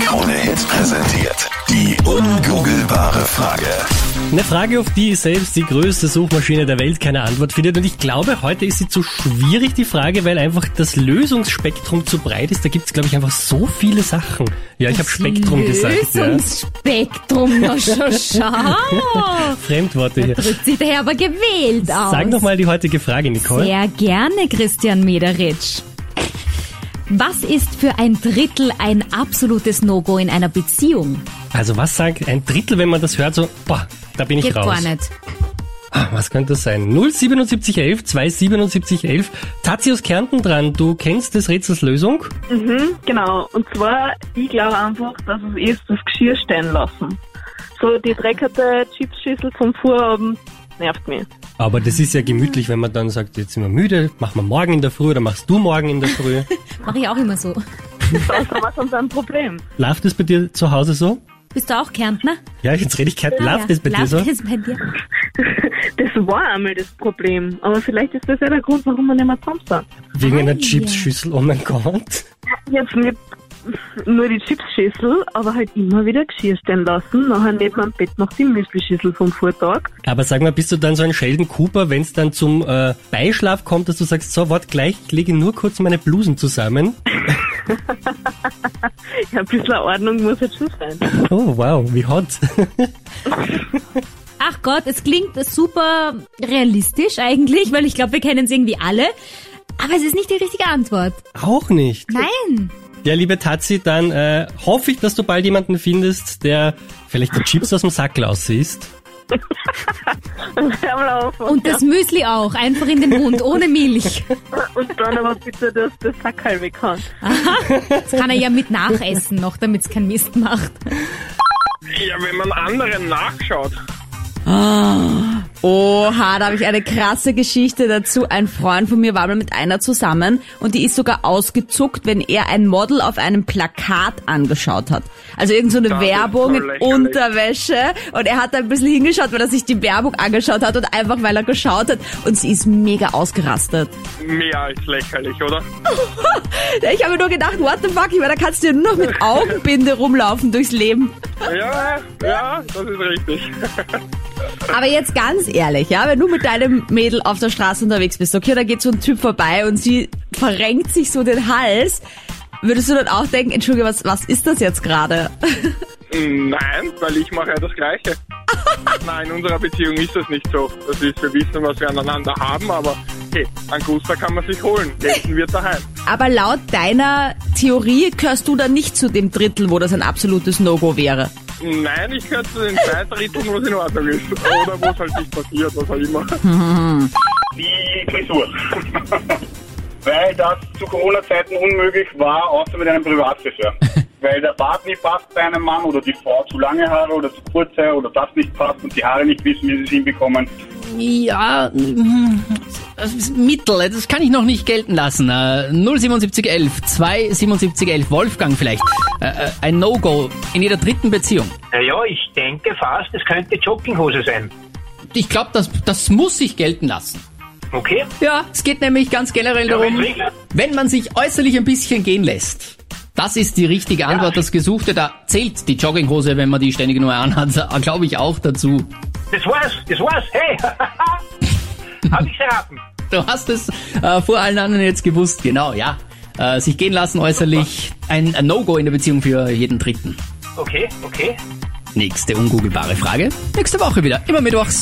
Krone Hits präsentiert die ungoogelbare Frage. Eine Frage, auf die selbst die größte Suchmaschine der Welt keine Antwort findet. Und ich glaube, heute ist sie zu schwierig, die Frage, weil einfach das Lösungsspektrum zu breit ist. Da gibt's glaube ich, einfach so viele Sachen. Ja, ich habe Mhm. Spektrum gesagt. Ja. Lösungsspektrum, na schau, schau. Fremdworte hier. Drückt sich daher aber gewählt aus. Sag nochmal die heutige Frage, Nicole. Sehr gerne, Christian Mederitsch. Was ist für ein Drittel ein absolutes No-Go in einer Beziehung? Also was sagt ein Drittel, wenn man das hört, so, boah, da bin ich Geht raus. gar nicht. Ah, Was könnte das sein? 07711 27711. Tazi aus Kärnten dran, du kennst des Rätsels Lösung? Mhm, genau. Und zwar, ich glaube einfach, dass es ist, das Geschirr stehen lassen. So die dreckerte Chipsschüssel zum Vorabend nervt mich. Aber das ist ja gemütlich, wenn man dann sagt, jetzt sind wir müde, machen wir morgen in der Früh oder machst du morgen in der Früh. Mache ich auch immer so. Das war schon ein Problem. Läuft das bei dir zu Hause so? Bist du auch Kärntner? Ah, Ja, jetzt rede ich kein, läuft das bei dir Läuft so? das bei dir? Das war einmal das Problem. Aber vielleicht ist das ja der Grund, warum wir nicht mehr zusammen sind. Wegen einer Ei, Chipsschüssel, oh mein Gott. Jetzt nicht nur die Chipsschüssel, aber halt immer wieder Geschirr stehen lassen. Nachher neben am Bett noch die Müslischüssel vom Vortag. Aber sag mal, bist du dann so ein Sheldon Cooper, wenn es dann zum äh, Beischlaf kommt, dass du sagst, so, wart gleich, ich lege nur kurz meine Blusen zusammen. Ja, ein bisschen Ordnung muss jetzt schon sein. Oh, wow, wie hot. Ach Gott, es klingt super realistisch eigentlich, weil ich glaube, wir kennen es irgendwie alle. Aber es ist nicht die richtige Antwort. Auch nicht. Nein. Ja, liebe Tazi, dann äh, hoffe ich, dass du bald jemanden findest, der vielleicht der Chips aus dem Sack raus ist. Ja, mal auf. Und das Müsli auch, einfach in den Mund, ohne Milch. Und dann aber bitte, dass das Sackerl weg kann. Das kann er ja mit nachessen noch, damit es keinen Mist macht. Ja, wenn man anderen nachschaut. Oha, Ah. Oh, da habe ich eine krasse Geschichte dazu. Ein Freund von mir war mal mit einer zusammen und die ist sogar ausgezuckt, wenn er ein Model auf einem Plakat angeschaut hat. Also irgend so eine Das ist Werbung so in lächerlich. Unterwäsche und er hat da ein bisschen hingeschaut, weil er sich die Werbung angeschaut hat und einfach weil er geschaut hat und sie ist mega ausgerastet. Mehr als lächerlich, oder? Ich habe mir nur gedacht, what the fuck, ich meine, da kannst du ja nur noch mit Augenbinde rumlaufen durchs Leben. Ja, ja, das ist richtig. Aber jetzt ganz ehrlich, ja, wenn du mit deinem Mädel auf der Straße unterwegs bist, okay, da geht so ein Typ vorbei und sie verrenkt sich so den Hals, würdest du dann auch denken, entschuldige, was, was ist das jetzt gerade? Nein, weil ich mache ja das Gleiche. Nein, in unserer Beziehung ist das nicht so. Das ist, wir wissen, was wir aneinander haben, aber hey, einen Guster kann man sich holen. Essen wird daheim. Aber laut deiner Theorie gehörst du dann nicht zu dem Drittel, wo das ein absolutes No-Go wäre. Nein, ich gehöre zu den zwei Dritteln, was in Ordnung ist. Oder wo es halt nicht passiert, was auch immer. die Frisur. Weil das zu Corona-Zeiten unmöglich war, außer mit einem Privatfriseur. Weil der Bart nicht passt bei einem Mann oder die Frau zu lange Haare oder zu kurze oder das nicht passt und die Haare nicht wissen, wie sie es hinbekommen. Ja, mm, das ist Mittel, das kann ich noch nicht gelten lassen. Äh, 07711, 27711, Wolfgang vielleicht. Äh, äh, Ein No-Go in jeder dritten Beziehung. Naja, Äh, ich denke fast, es könnte Jogginghose sein. Ich glaube, das, das muss ich gelten lassen. Okay? Ja, es geht nämlich ganz generell Ja, darum, richtig. wenn man sich äußerlich ein bisschen gehen lässt. Das ist die richtige Antwort, das Gesuchte. Da zählt die Jogginghose, wenn man die ständig nur anhat, glaube ich auch dazu. Das war's, das war's. Hey, hab ich's erraten. Du hast es äh, vor allen anderen jetzt gewusst, genau, ja. Äh, sich gehen lassen äußerlich. Ein, ein No-Go in der Beziehung für jeden Dritten. Okay, okay. Nächste ungoogelbare Frage. Nächste Woche wieder. Immer mittwochs.